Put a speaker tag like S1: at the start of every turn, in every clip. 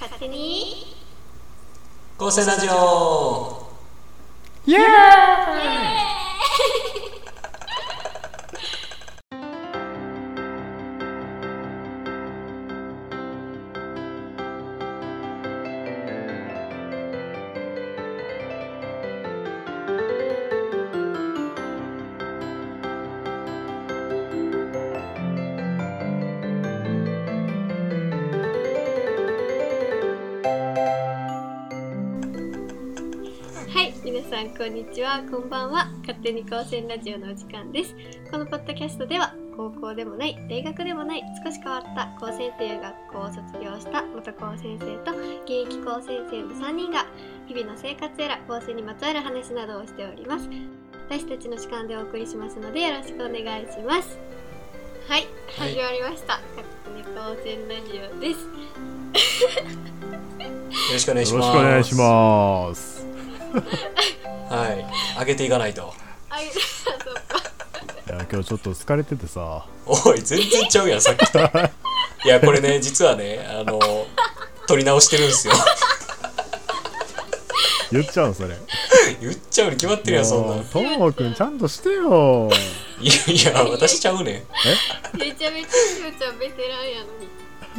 S1: 勝手に
S2: 高専ラジオ
S3: イエー
S1: はい皆さんこんにちはこんばんは勝手に高専ラジオのお時間ですこのポッドキャストでは高校でもない大学でもない少し変わった高専という学校を卒業した元高専生と現役高専生の3人が日々の生活やら高専にまつわる話などをしております私たちの時間でお送りしますのでよろしくお願いしますはい
S2: はい
S1: 始まりました、勝手に高専ラジオです
S2: よろしくお願い
S3: イ
S2: し
S3: よ
S2: ま
S3: ろ
S2: す
S3: しくお願いします
S2: はい上げていかないと
S1: あそうか
S3: いや今日ちょっと疲れててさ
S2: おい全然ちゃうやんさっき といやこれね実はねあの撮り直してるんですよ
S3: 言っちゃうそれ
S2: 言っちゃうに決まってるやんそんなんい
S3: もうともくんちゃんとしてよ
S2: やいや私ちゃうね
S1: めちゃめちゃしおちゃんベテランやのに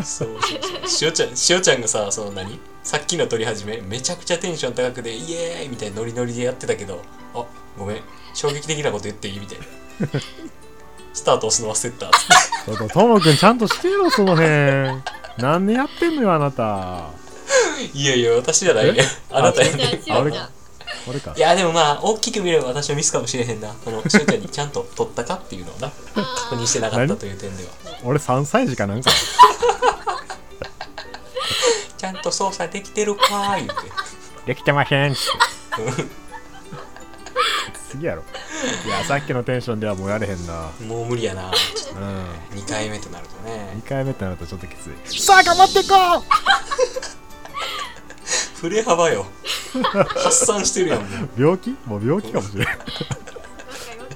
S2: んそうそうそうしおちゃんしおちゃんがさその何さっきの撮り始めめちゃくちゃテンション高くでイエーイみたいなノリノリでやってたけどあごめん衝撃的なこと言っていいみ たいなスタート押すの忘れてた
S3: ちょっとともくんちゃんとしてよその辺何年やってんのよあなた
S2: いやいや、私じゃないね。あなたやね。
S1: しお
S3: あれ
S1: ちゃん
S3: これか
S2: いや、でもまあ、大きく見れば私のミスかもしれへんな。この、しおちゃんにちゃんと取ったかっていうのをな、確認してなかったという点では。
S3: 俺3歳児かなんか
S2: ちゃんと操作できてるかー言って。
S3: できてませんっつって次やろいやさっきのテンションではもうやれへんな
S2: もう無理やな。ちょっ
S3: うん
S2: と2回目となると
S3: 2
S2: ね。
S3: 回目ってなるとちょっときついさあ頑張っていこ
S2: 振れ幅よ。発散してるやん、もう。
S3: う病気もう病気かもしれん
S1: 若い若いし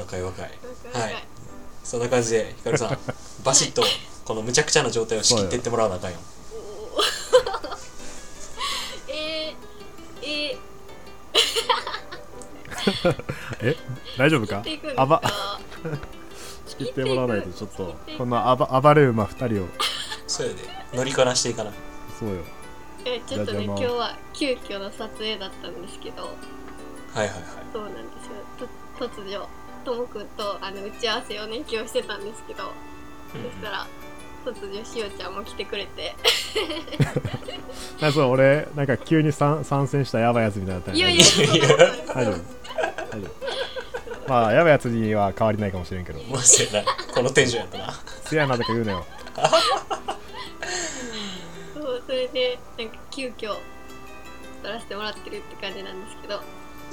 S1: おちゃん若
S2: 若い若い。
S1: い
S2: は
S1: 若い
S2: い。そんな感じで、ひかるさん、バシッと、このむちゃくちゃな状態を仕切ってってもらわなあかんよ。
S1: えー、えー、
S3: え大丈夫
S1: 切
S3: か
S1: っていくんですか
S3: あば仕切ってもらわないとちょっとこの暴暴れ馬2人を
S2: そうやで。乗りこなしていかな。
S3: そうよ
S1: えーちょっとね
S3: じゃ
S1: 今日
S3: あ邪魔
S1: は急遽の撮影だったんですけど
S2: はいはいはい。
S1: そうなんですよと突如ともくんとあの打ち合わせをね今日してたんですけど
S2: う
S1: そ
S2: ん
S1: したら突如しおちゃんも来てくれて
S3: なんかそう俺なんか急に参参戦したやばいやつみたいにな
S1: 「
S3: ったん
S1: い
S3: や
S1: や
S3: けど
S1: いやそんなことないです
S3: 大丈夫大丈夫まあやばいやつには変わりないかもしれんけど
S2: うん。もうせやな。このテンションやったな。
S3: せやなとか言うなよ
S1: そうそれでなんか急遽撮らせてもらってるって感じなんですけど、まあ、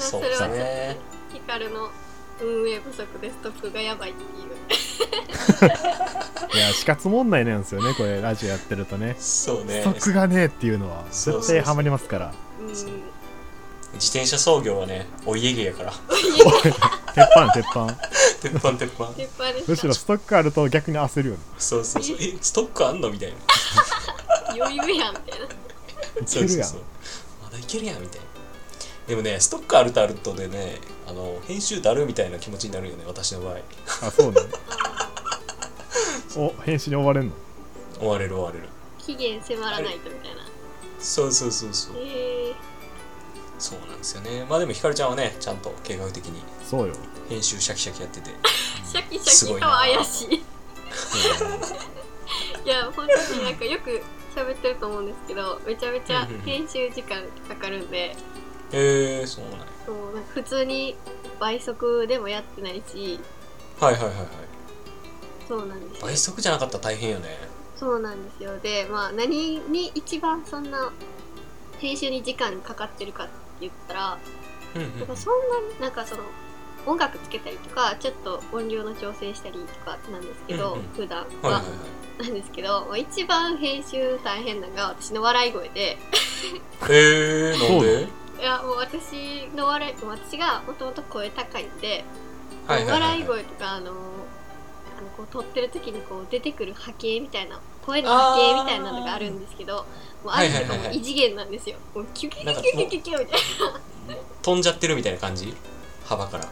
S1: そ
S2: そう
S1: れは
S2: で
S1: ちょ
S2: す
S1: っと
S2: ね。
S1: ヒカルの運営不足でストックがやばいっていう
S3: いや死活問題なんですよねこれラジオやってるとね
S2: そうね。
S3: ストックがねえっていうのは
S2: そう
S3: 絶対ハマりますから
S1: うん
S2: 自転車操業はねお家芸やから
S3: 鉄板鉄板
S2: 鉄板鉄板
S1: 鉄板で
S3: む
S1: し
S3: したろストックあると逆に焦るよね
S2: そうそうそうえストックあんのみたいな
S1: 余裕やんみたいない
S2: そう
S3: け
S2: そう
S3: るやん
S2: そうまだいけるやんみたいなでもねストックあるとあるとでねあの編集だるみたいな気持ちになるよね私の場合
S3: あそうねお返信に追われんの
S2: 追われる追われる
S1: 期限迫らないとみたいな
S2: そうそうそうそう
S1: えー
S2: そうなんですよねまあでもひかるちゃんはねちゃんと計画的に
S3: そうよ
S2: 編集シャキシャキやってて
S1: シャキ
S2: す
S1: シャ
S2: ご
S1: キ
S2: い
S1: と
S2: な
S1: は怪しいいや本当になんかよく喋ってると思うんですけどめちゃめちゃ編集時間かかるんで
S2: へえー、そうなんや
S1: そうなんか普通に倍速でもやってないし
S2: はいはいはいはい
S1: そうなんですよ
S2: 倍速じゃなかったら大変よね
S1: そうなんですよでまあ何に一番そんな編集に時間かかってるかって言ったら
S2: うんうん
S1: なんかそんなになんかその音楽つけたりとかちょっと音量の調整したりとかなんですけど、
S2: うんうん
S1: 普段は、
S2: はいはいはい
S1: なんですけどもう一番編集大変なのが私の笑い声で
S2: えー、なんで
S1: いやもう私の笑い私がもともと声高いんで、
S2: はいはいはいは
S1: 笑
S2: い
S1: い声とかあのあのこう撮ってる時にこう出てくる波形みたいな声の波形みたいなのがあるんですけどもうあれとか
S2: はいはいはい
S1: も
S2: はい
S1: 異次元なんですよ、もうキュキュキュキュキュキュキュみたいな
S2: 飛んじゃってるみたいな感じ幅から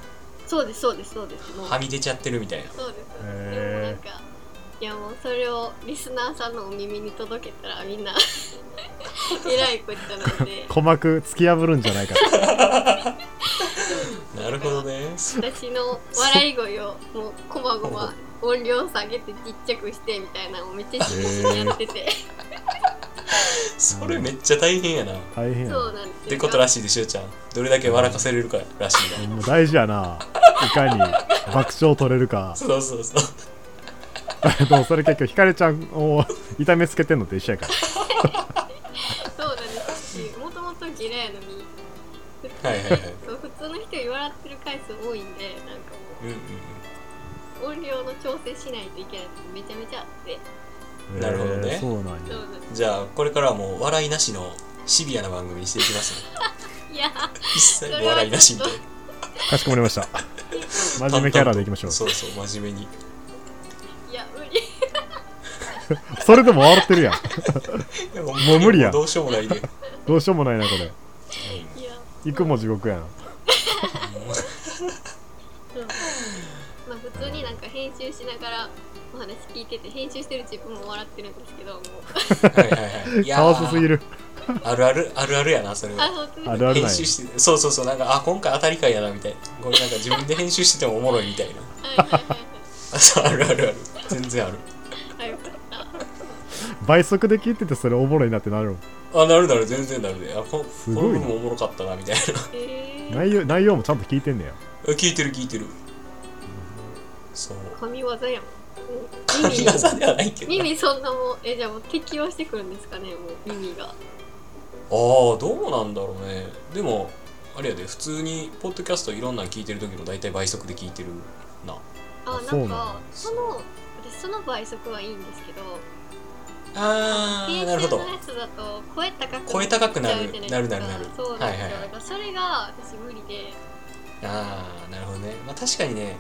S1: そうですそうですそうですもう
S2: はみ出ちゃってるみたいな
S1: そうですでもなん
S3: へ
S1: かいやもうそれをリスナーさんのお耳に届けたらみんな えらいこっちゃなの で
S3: ー鼓膜突き破るんじゃないかと
S2: なるほどね
S1: 私の笑い声をもうこまごま音量下げてちっちゃくしてみたいなのをめっちゃ真摯にやって て、
S2: それめっちゃ大変やなっ
S3: 大変やな
S1: そうなんですよ
S2: てことらしいでしおちゃんどれだけ笑かせれるからしいな
S3: もう大事やないかに爆笑取れるか
S2: そうそうそう
S3: でもそれ結局ひかるちゃんを痛めつけてんのと一緒やから
S1: そうなんですしもともと嫌いやのに普通,、
S2: はいはいはい
S1: そう普通の人より笑ってる回数多いんでなんか
S2: うんうん
S1: もう音量の調整しないといけないってめちゃめちゃあって
S2: なるほどね
S3: えーそうなん
S1: そう
S3: や
S1: なんで
S2: うんじゃあこれからはもう笑いなしのシビアな番組にしていきますね
S1: すいや
S2: 一切笑いなしみたいな
S3: かしこまりました真面目キャラでいきましょう
S2: そうそう真面目に
S1: いや無理
S3: それでも笑ってるやん
S2: も
S3: う無理や
S2: どうしようも ないで
S3: どうしようもないなこれ
S1: いや
S3: 行くも地獄やな
S1: うんまあ普通になんか編集しながらお話聞いてて編集してる自分も笑ってるんですけどもう
S2: はいはいはいいやー
S3: かわすすぎる
S2: あるあるあるあるやなそれ
S1: あ
S2: は
S1: 本当です
S3: あるある
S2: 編
S3: なんや
S2: 集してそうそうそうなんかあ今回当たり会やなみたいなこれなんか自分で編集しててもおもろいみたいな
S1: はいはいはい
S2: あそうあるあるある全然ある
S1: はいあよかった
S3: 倍速で聞いててそれおもろいなってなるもん
S2: あなるなる全然なるであこ
S3: す
S2: こ
S3: ご
S2: の部
S3: いね
S2: 分おもろかったな みたいな
S1: えー、
S3: 内容内容もちゃんと聞いてんねや
S2: 聞いてる聞いてるそう
S1: 神業やん
S2: 神業ではないけどな
S1: 耳そんなもうえじゃあもう適応してくるんですかねもう耳が
S2: ああどうなんだろうねでもあれやで普通にポッドキャストいろんなの聞いてる時も大体倍速で聞いてるな
S1: あ
S3: あ
S1: な
S3: そうんなん
S1: か
S3: だ
S1: その私その倍速はいいんですけど
S2: あ
S1: 編
S2: あ
S1: 集
S2: なるほど
S1: のやつだと声高く
S2: 声高くな
S1: っちゃ
S2: る
S1: うじゃいですか
S2: なるなるな
S1: そうな
S2: る
S1: んですよ、
S2: はいはいはい
S1: だからそれが私無理で
S2: ああなるほどね、まあ、確かにね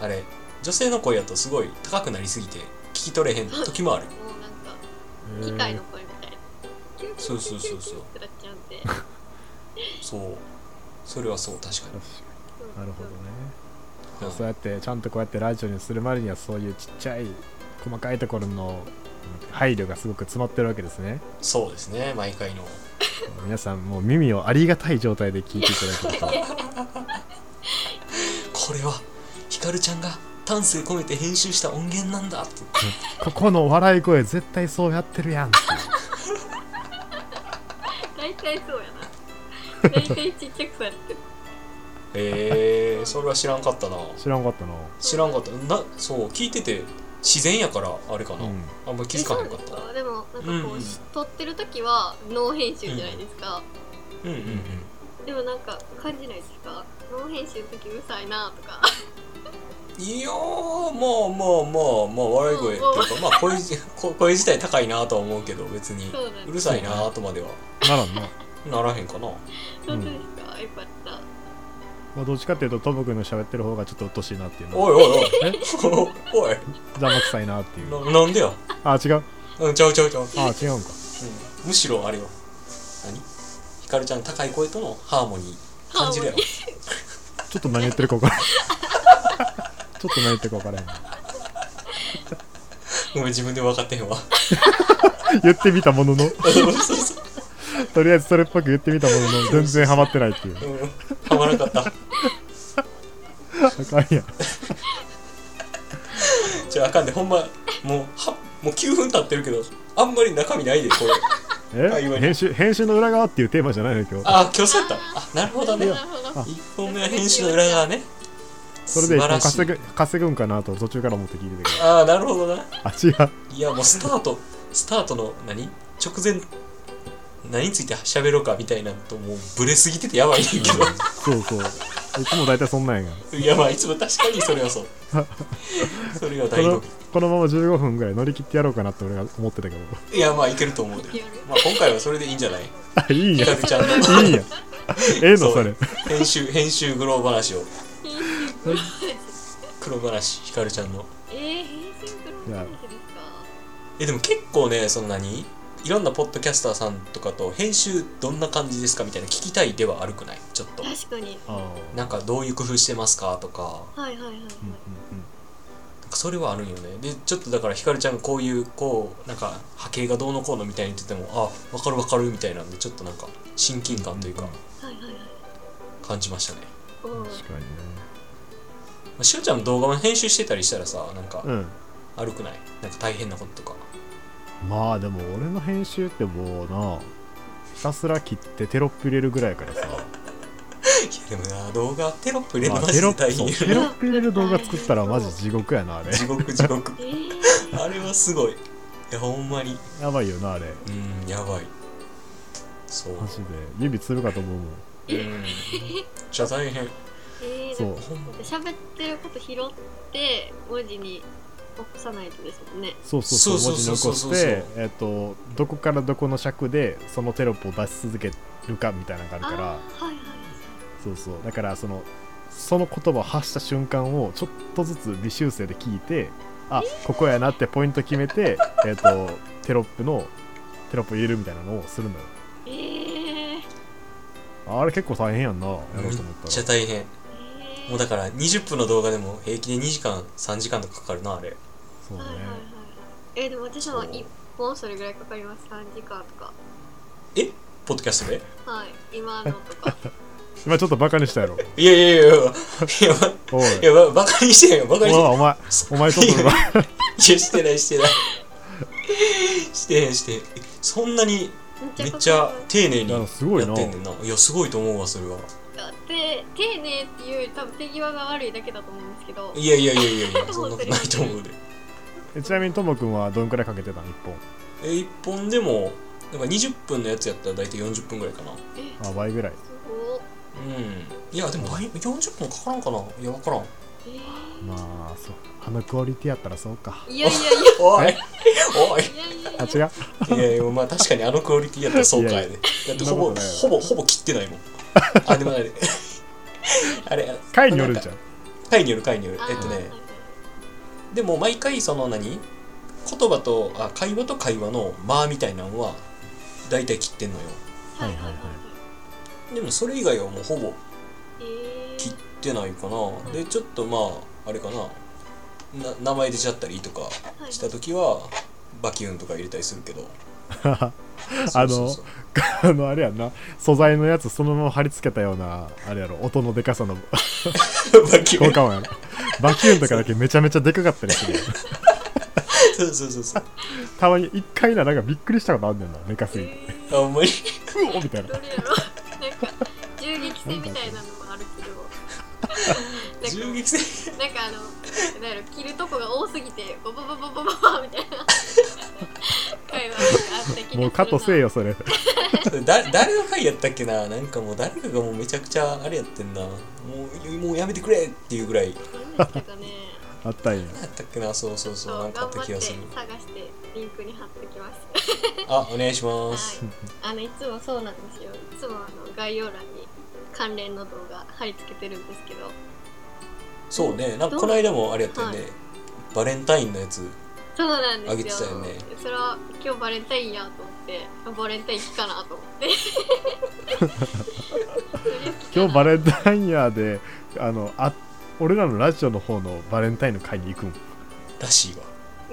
S2: あれ女性の声やとすごい高くなりすぎて聞き取れへん時もある
S1: もうなんか
S3: へー
S1: 機械の声みたいな。キュンキュンキュンキュンキュン
S2: そうそうそうそう
S1: ってなっちゃうんで。
S2: そうそれはそう確かに
S3: 確かに なるほどね
S2: うん
S3: そうやってちゃんとこうやってラジオにするまでにはそういうちっちゃい細かいところの配慮がすごく詰まってるわけですね
S2: そうですね毎回の
S3: 皆さんもう耳をありがたい状態で聞いていただけると
S2: これはひかるちゃんが丹精込めて編集した音源なんだって
S3: ここの笑い声絶対そうやってるやんっていう
S1: 大体そうやな。大体ちっちゃくされてる。
S2: ええー、それは知らんかったな
S3: 知らんかったな
S2: 知らんかったなそう聞いてて自然やからあれかな、
S3: うん
S2: あんまり気づかへんかっ
S1: え
S2: た
S1: そうですでも、なんかこ
S2: うんう、
S1: うん撮ってる時はノー編集じゃないですか。
S2: うんうんうん
S1: でもなんか感じないですかノー編集の時うるさいなとか。
S2: いやーまあまあまあまあ笑い声っていうかまあ声じこ声自体高いなとは思うけど別に
S1: そうなん
S2: う
S1: で
S2: る
S1: す。
S2: さいなとまでは
S3: ならんな、
S2: ならへんかな
S1: 本当ですかよかった。
S3: まあ、どっちかっていうとトム君の喋ってる方がちょっと鬱陶しいなっていうの
S2: おいおいおい
S3: え
S2: おい
S3: 邪魔くさいな っていう
S2: ななんでや
S3: あ違う
S2: うんちゃうちゃうちゃう、うん
S3: あ違うんか
S2: むしろあれよ何ひかるちゃんの高い声とのハーモニー感じるやろ
S3: ちょっと何言ってるか分からん ちょっと何言ってるか分からへん
S2: ごめん自分で分かってへんわ
S3: 言ってみたものの
S2: そうそうそう
S3: とりあえずそれっぽく言ってみたもの の全然ハマってないっていう
S2: うんはまらんかった
S3: あかんやん
S2: じゃああかんでほんまもうはもう9分経ってるけどあんまり中身ないでこれあ言わ
S3: え
S2: ん
S3: 編集編集の裏側っていうテーマじゃないの今日
S2: あ今日そうやったあなるほどね
S1: なるほど。
S2: 1本目は編集の裏側ね
S3: それで
S2: 素晴らし
S3: 稼
S2: い
S3: ぐ稼ぐんかなと途中から思って聞いてたけ
S2: ああなるほどな
S3: どあ違う
S2: いやもうスタートスタートの何直前何について喋ろうかみたいなのともうブレすぎててやばいねんけ
S3: そうそういつも大体そんなんやが
S2: どいやまあいつも確かにそれはそうそれが
S3: こ
S2: 醍醐
S3: の
S2: 味
S3: このまま15分ぐらい乗り切ってやろうかなって俺が思ってたけど
S2: いやまあいけると思うで、まあ、今回はそれでいいんじゃない
S3: あいいん
S2: ひ
S3: や
S2: かるちゃんの
S3: いいんやええの
S2: そう
S3: それ
S2: 編集編集グロー話を黒嵐ひかるちゃんの
S1: えー、編集プロフィールですか
S2: えでも結構ねそんなにいろんなポッドキャスターさんとかと編集どんな感じですかみたいな聞きたいではあるくないちょっと
S1: 確かに
S3: ああ
S2: なんかどういう工夫してますかとか
S1: はいはいはいはい、
S3: うんうん
S2: なんかそれはあるんよねでちょっとだからひかるちゃんがこういうこうなんか波形がどうのこうのみたいに言っててもあ分かる分かるみたいなんでちょっとなんか親近感というか
S1: はいはいはい
S2: 感じましたね、
S1: お
S3: うん
S1: ー
S3: 確かにね
S2: まあ、しおちゃんも動画も編集してたりしたらさなんか
S3: うん
S2: あるくないなんか大変なこととか
S3: まあでも俺の編集ってもうなひたすら切ってテロップ入れるぐらいからさ、
S2: いやでもな動画テロップ入れる
S3: まあ
S2: のマ
S3: テ
S2: ジ
S3: ロ
S2: で
S3: ップ
S2: 大
S3: そ
S2: 変よ
S3: うテロップ入れる動画作ったらマジ地獄やなあれ
S2: 地獄地獄
S1: えー、
S2: あれはすごいいやほんまに
S3: やばいよなあれ
S2: うんやばいそう
S3: マジで指つるかと思うもん
S2: うんじゃあ大変
S1: えー、
S3: そう
S2: ほん
S1: 喋ってること拾って文字に起こさないとですもんね
S3: そうそうそう
S2: そう
S3: 文字
S2: そうそう
S3: 残
S2: そう
S3: してえっ、とどこからどこの尺でそのテロップを出し続けるかみたいなのがあるから
S1: ーはいはい
S3: そうそうだからそのその言葉を発した瞬間をちょっとずつ微修正で聞いてあここやなってポイント決めて えっとテロップのテロップ入れるみたいなのをするのよ
S1: えー、え
S3: あれ結構大変やんなやろうと思
S2: め
S3: っ
S2: っち
S3: た
S2: ゃ
S3: ら
S2: 大変
S1: ー、
S2: もうだから20分の動画でも平気で2時間3時間とかかかるなあれ
S3: そうね
S1: はいはいはいはいえー、でも私も
S2: そう
S1: 1本それぐらいかかります3時間とか
S2: ポッドキャストで
S1: はい今のと か
S3: 今ちょっとバカにしたやろ
S2: いやいやいやいやいやば
S3: おい
S2: いやばバカにしてないよバカにして
S3: おい
S2: ない
S3: お前お前ちょっと今
S2: いやしてないしてないしてへんしてへんそんなにめっちゃ
S1: かかります
S2: 丁 寧に
S3: い
S2: や
S3: や
S2: っ
S3: すごいな
S2: てんねんないやすごいと思うわそれは
S1: だって丁寧っていうより多分手際が悪いだけだと思うんですけど
S2: いやいやいやいやいやそんなことないと思うで
S3: えちなみにともくんはどんくらいかけてたの1本
S2: え1本でもなんか20分のやつやったら大体40分ぐらいかな
S1: えー、
S3: あ倍ぐらい
S1: すごっ
S2: うんいやでも倍40分かからんかないや分からん
S1: えー
S3: まあそうあのクオリティやったらそうか
S1: いやいやいや
S2: おい
S3: え
S2: おい
S1: いやいやい
S3: あ
S1: や
S3: 違う
S2: いやいやまあ確かにあのクオリティやったらそうかやで、だってほぼ
S3: そんなことないわ
S2: ほぼほぼ切ってないもんあでもあれ あれ
S3: 回によるんじゃ
S2: ん
S3: ん
S2: 回による回による
S1: あー
S2: えっと
S1: はい
S2: ね
S1: はい
S2: でも毎回その何言葉とあ会話と会話の間みたいなのは大体切ってんのよ
S3: はいはいはい
S2: でもそれ以外はもうほぼ
S1: え
S2: 切ってないかなでちょっとまああれかなな名前出ちゃったりとか
S1: ー、
S2: した時はバキュンとか入れたりするけど
S3: あ の
S2: そうそうそう
S3: あのあ れやんな素材のやつそのまま貼り付けたようなあれやろ音のでかさの
S2: バキュ
S3: 効
S2: ン
S3: 果音やろバキューンとかだけめちゃめちゃでかかったりす るやん
S2: そうそうそうそう
S3: たまに一回ななんかびっくりしたことあんねんなでかすぎて
S1: えー
S2: あほ んまり
S3: うおみた
S1: どれ
S3: いな
S1: やろなんか銃撃戦みたいなのもあるけど
S2: 銃
S1: なんか
S2: 撃戦
S1: なんかあのなんやろ切るとこが多すぎてボボボボボボボみたいな会話があった気がするな
S3: もうカットせえよそれ
S2: だ誰の回やったっけななんかもう誰かがもうめちゃくちゃあれやってんなもうもうやめてくれっていうぐらい
S1: 何でしたかね
S3: あったんや
S2: 何やったっけなそうそう
S1: そ
S2: そううなんかあ
S1: 頑
S2: っ
S1: 張
S2: た
S1: っ
S2: 気
S1: て
S2: がす
S1: 探
S2: る
S1: してリンクに貼ってきます
S2: あお願いします、
S1: はい、あのいつもそうなんですよいつもあの概要欄に関連の動画貼り付けてるんですけど
S2: そうねなんかこの間もあれやったよね、
S1: はい
S2: バレンタインのやつ
S1: そうなんですよ
S2: あげてたよね
S1: それは今日バレンタインやと思ってバレンタイン日かなと思って
S3: 今日バレンタインやであのあ俺らのラジオの方のバレンタインの会に行くん
S2: らしいわ、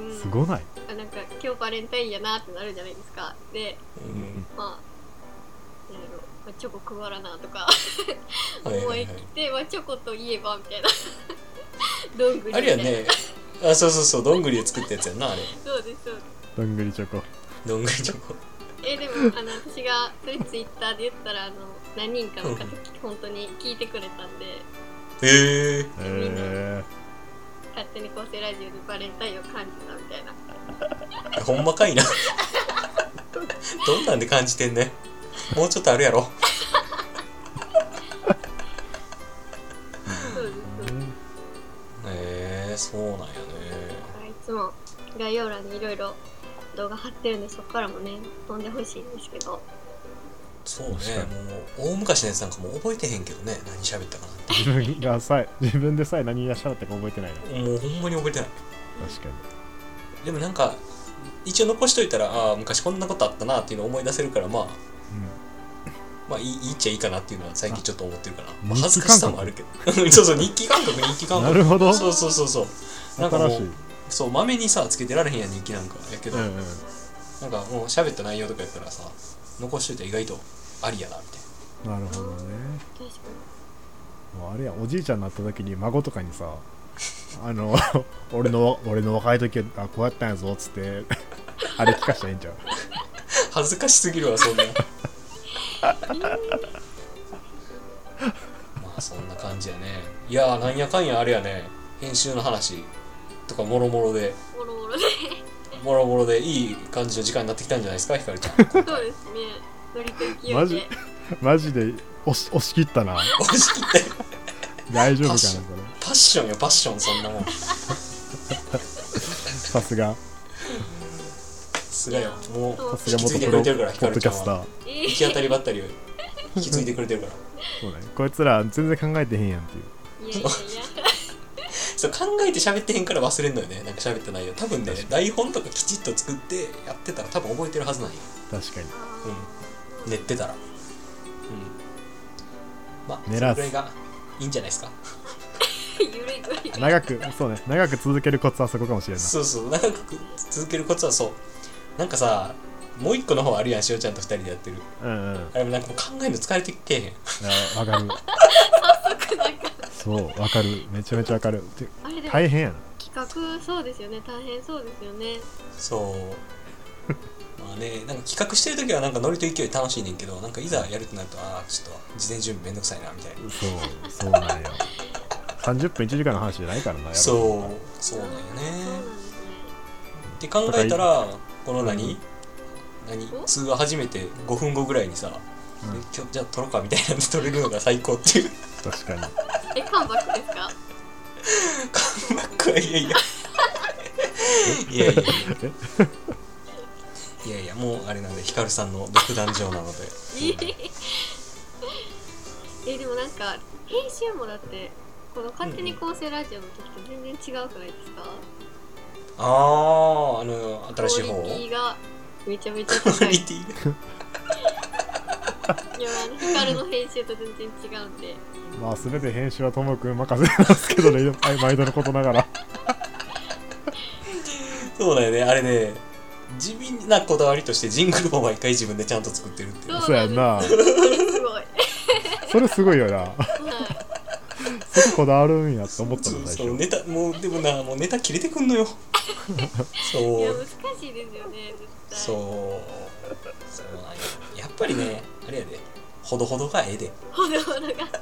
S1: ン、うん、
S3: すごない
S1: あなんか今日バレンタインやなってなるじゃないですかで
S2: うん
S1: まあなんやろまあチョコ配らなとか
S2: はい
S1: 思
S2: はいいは
S1: 切
S2: い
S1: って、まあ、チョコといえばみたいな どんぐりみた
S2: あ
S1: い
S2: れ
S1: な
S2: やねあそうそうそうどんぐりで作ったやつやんなあれ
S1: そうですそうです
S3: どんぐりチョコ
S2: どんぐりチョコ
S1: えでもあの私がそれツイッターで言ったらあの何人かの方本当に聞いてくれたんで
S2: へえ
S3: え
S1: 勝手に構成ラジオでバレンタインを感じたみたいな
S2: ほんまかいなどんなんで感じてんねんもうちょっとあるやろ
S1: そうですそうです
S2: へ
S3: ー
S2: えそうなんや
S1: だ
S2: ね
S1: からいつも概要欄にいろいろ動画貼ってるんでそこからもね飛んでほしいんですけど
S2: そうね
S3: 確かに
S2: もう大昔のやつなんかもう覚えてへんけどね何喋ったかなっ
S3: 自分がさえ自分でさえ何言いらっしゃったか覚えてないな
S2: てもうほんまに覚えてない
S3: 確かに
S2: でもなんか一応残しといたらああ昔こんなことあったなっていうのを思い出せるからまあまあいいいいっちゃいいかなっていうのは最近ちょっと思ってるから、まあ、
S3: 日記
S2: 恥ずかしさもあるけど そうそう日記感覚日記
S3: う
S2: 感
S3: ん、
S2: 覚
S3: なるほど
S2: そうそうそうそうなんか
S3: 新
S2: も
S3: しいう
S2: そうまめにさつけてられへんやん日記なんかやけど、
S3: うんうん
S2: なんかもう喋った内容とかやったらさ残しといたら意外とありやなみたいな
S3: なるほどね
S1: 確か
S3: もうあれやおじいちゃんになった時に孫とかに さあの俺の俺の若い時はあこうやったんやぞっつってあれ聞かしたらいいんちゃう
S2: 恥ずかしすぎるわそ んなまあそんな感じやねいやーなんやかんやあれやね編集の話とかもろもろで
S1: にもろもろで
S2: もろもろでいい感じの時間になってきたんじゃないですかひか るちゃん
S1: そうですね割と勢いで
S3: マジマジで押し押し切ったな
S2: 押し切って
S3: 大丈夫かな
S2: 確
S3: そ
S2: か
S3: れ
S2: パッションよパッションそんなもん
S3: さすが
S2: すがよもう
S3: さすが
S2: 引き継
S3: 元
S2: いでくれ
S3: プロ
S2: て
S3: ポ
S2: るからひか
S3: ッ
S2: る
S3: ド
S2: ち
S3: キ
S2: ゃ
S3: ャ
S2: ん
S3: ス
S2: は
S3: タ
S1: え
S3: ー
S1: ー
S2: 行き当たりばったりを引き継いでくれてるから
S3: そうねこいつら全然考えてへんやんっていう
S1: いやいやいや
S2: そう考えて喋ってへんから忘れんのよねなんか喋った内容多分ね台本とかきちっと作ってやってたら多分覚えてるはずなんよ
S3: 確かに
S2: うん寝てたらうんまあ
S3: 寝
S2: それ
S3: ら
S2: ぐ
S3: ず
S2: らいがいいんじゃないですか
S1: ゆるいぐらい
S3: 長くそうね長く続けるコツはそこかもしれんない
S2: そうそう長く続けるコツはそうなんかさもう一個の方あるやんしおちゃんと二人でやってる
S3: うんうんあ
S2: あれもなんかもう考えるの疲れてけえへん
S3: わかる
S1: なんか
S3: そうわかるめちゃめちゃわかるて
S1: あれでも
S3: 大変やな
S1: 企画そうですよね大変そうですよね
S2: そう。まあね、なんか企画してる時はなんかノリと勢い楽しいねんけど、なんかいざやるってなると、ああ、ちょっと事前準備めんどくさいなみたいな。
S3: そうそうなんよ30分1時間の話じゃないからなやっぱ
S2: そう、そうなんよ
S1: そうなん
S2: ね。
S1: ですね
S2: って考えたら、この何、
S3: うん
S2: 何
S1: お
S2: 通話始めて5分後ぐらいにさ、
S3: うん
S2: え今日じゃあ撮ろうかみたいなんで撮れるのが最高っていう。
S3: 確かに
S1: えカンバックですか
S2: うまくはいやいや。いやいやい
S3: え
S2: や。いやいや、もうあれなんで、ヒカルさんの独壇場なので。
S1: えでもなんか編集もだってこの勝手に構成ラジオの時と全然違うくないですか、
S2: ああ、あの、新しい
S1: ク
S2: 方
S1: オリティがめちゃめちゃ
S2: クオ
S1: 高い
S2: リ
S1: い
S2: ティ
S1: やあのヒカルの編集と全然違うんで
S3: まあ全て編集はともくん任せなんです けどねはい毎度のことながら
S2: そうだよね、あれね、地味なこだわりとしてジングルも毎回自分でちゃんと作ってるっていう。
S1: そう
S3: そうやんな
S1: すごいはい
S3: それすごいよなそここだわるんやって思った
S2: そ
S3: の
S2: う
S3: 最
S2: そう
S3: 初
S2: ネタもうでもなもうネタ切れてくんのよ
S1: い
S2: そ
S1: や
S2: う
S1: 難しいですよね絶対
S2: そうそうなんよやっぱりねあれやでほどほどがええで
S1: ほどほどが、うん、
S3: 確かにね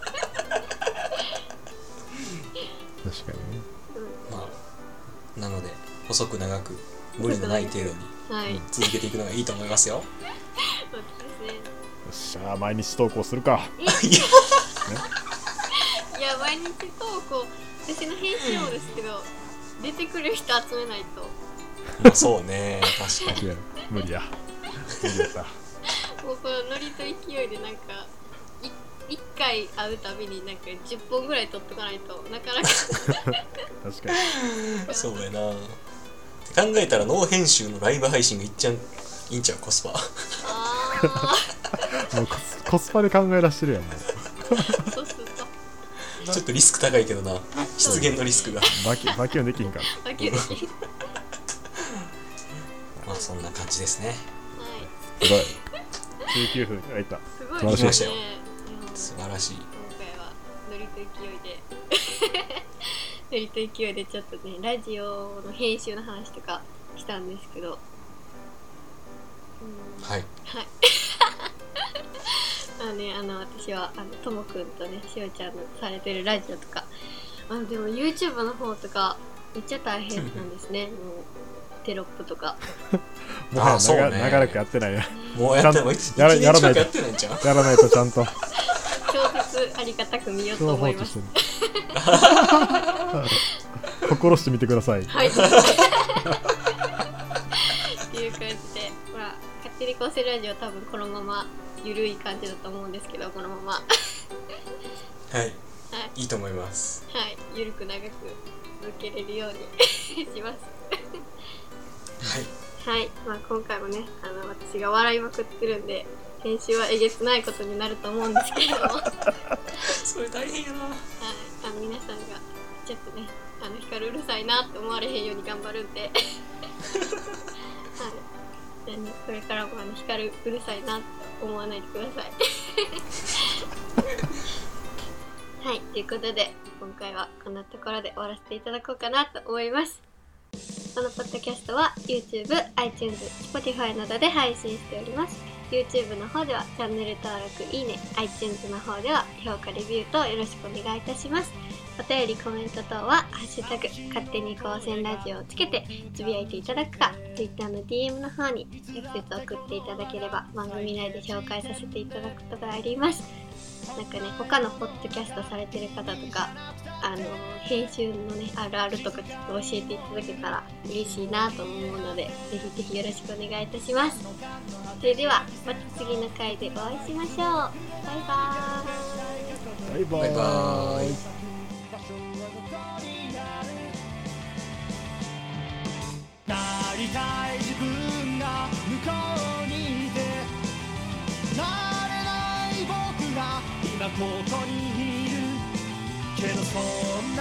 S2: まあなので細く長く無理のない程度に
S1: はい、
S2: うん続けていくのがいいと思いますよ
S1: そうです
S3: よっしゃ毎日投稿するか
S2: いや
S1: ねいや毎日投稿私の編集もですけど出てくる人集めないと
S2: まあそうね確かに
S3: いや無理や無理やった
S1: もうこのノリと勢いでなんかい1回会うたびになんか10本ぐらい取っとかないとなかなか
S3: 確かに
S2: そうやなって考えたらノー編集のライブ配信がいっちゃんいいんちゃうコスパ
S1: ああ
S3: もうコスコスパで考え出してるやんもう
S1: そうすると
S2: ちょっとリスク高いけどな出現のリスクが
S3: バキバキュンできんから
S1: わけ でき
S2: まあそんな感じですね
S1: はい
S3: すごい19分入った
S1: すごい
S3: 素晴ら
S2: しい
S1: ね
S2: 素晴らしい
S1: 今回はノリと勢いで ノリと勢いでちょっとねラジオの編集の話とかしたんですけど、うん、
S2: はい
S1: まあね、あの私はあのともくんとねしおちゃんのされてるラジオとかあでも YouTube の方とかめっちゃ大変なんですねもうテロップとか
S3: も
S2: あ
S3: は
S2: あそうね
S3: や長長らくやってないや
S2: もうやって
S3: ち
S2: も
S3: ゃんと
S2: う一一
S3: やら
S2: 年
S3: やらな
S2: 近
S3: い
S2: く
S3: と
S2: やってないんちゃう
S3: やらないとちゃんと
S1: 小説ありがたく見ようと
S3: 情
S1: 思
S3: 報
S1: い
S3: と
S1: ま
S3: し
S1: す
S3: て ね心してみてください
S1: はいっていう感じでほら勝手に構成ラジオ多分このままゆるい感じだと思うんですけどこのままは
S2: はいいいと思います
S1: いゆるく長く続けれるようにします
S2: はい
S1: はい、まあ、今回もねあの私が笑いまくってるんで編集はえげつないことになると思うんですけれども、はい、
S2: それ大変やな
S1: あの皆さんがちょっとねあの光うるさいなって思われへんように頑張るんで、はい、じゃあねこれからもあの光うるさいなって思わないでくださいはいということで今回はこんなところで終わらせていただこうかなと思いますこのポッドキャストは YouTube、iTunes、Spotify などで配信しております。YouTube の方ではチャンネル登録、いいね、iTunes の方では評価、レビューとよろしくお願いいたします。お便り、コメント等は、ハッシュタグ、勝手に高専ラジオをつけてつぶやいていただくか、Twitter の DM の方に直接送っていただければ番組内で紹介させていただくことがあります。なんかね、他のポッドキャストされてる方とか、あの編集のねあるあるとかちょっと教えていただけたら嬉しいなと思うのでぜひぜひよろしくお願いいたしますそれではまた次の回でお会いしましょうバイバーイ
S3: バイバ
S2: バイバーイ
S4: なりたい自分が向こうにいてなれない僕が今ここにいるけどそんな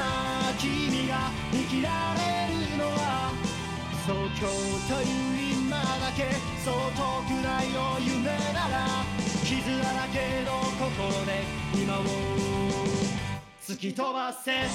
S4: 君が生きられるのはそう今日という今だけそう遠くないよ夢なら傷だらけの心で今を突き飛ばせ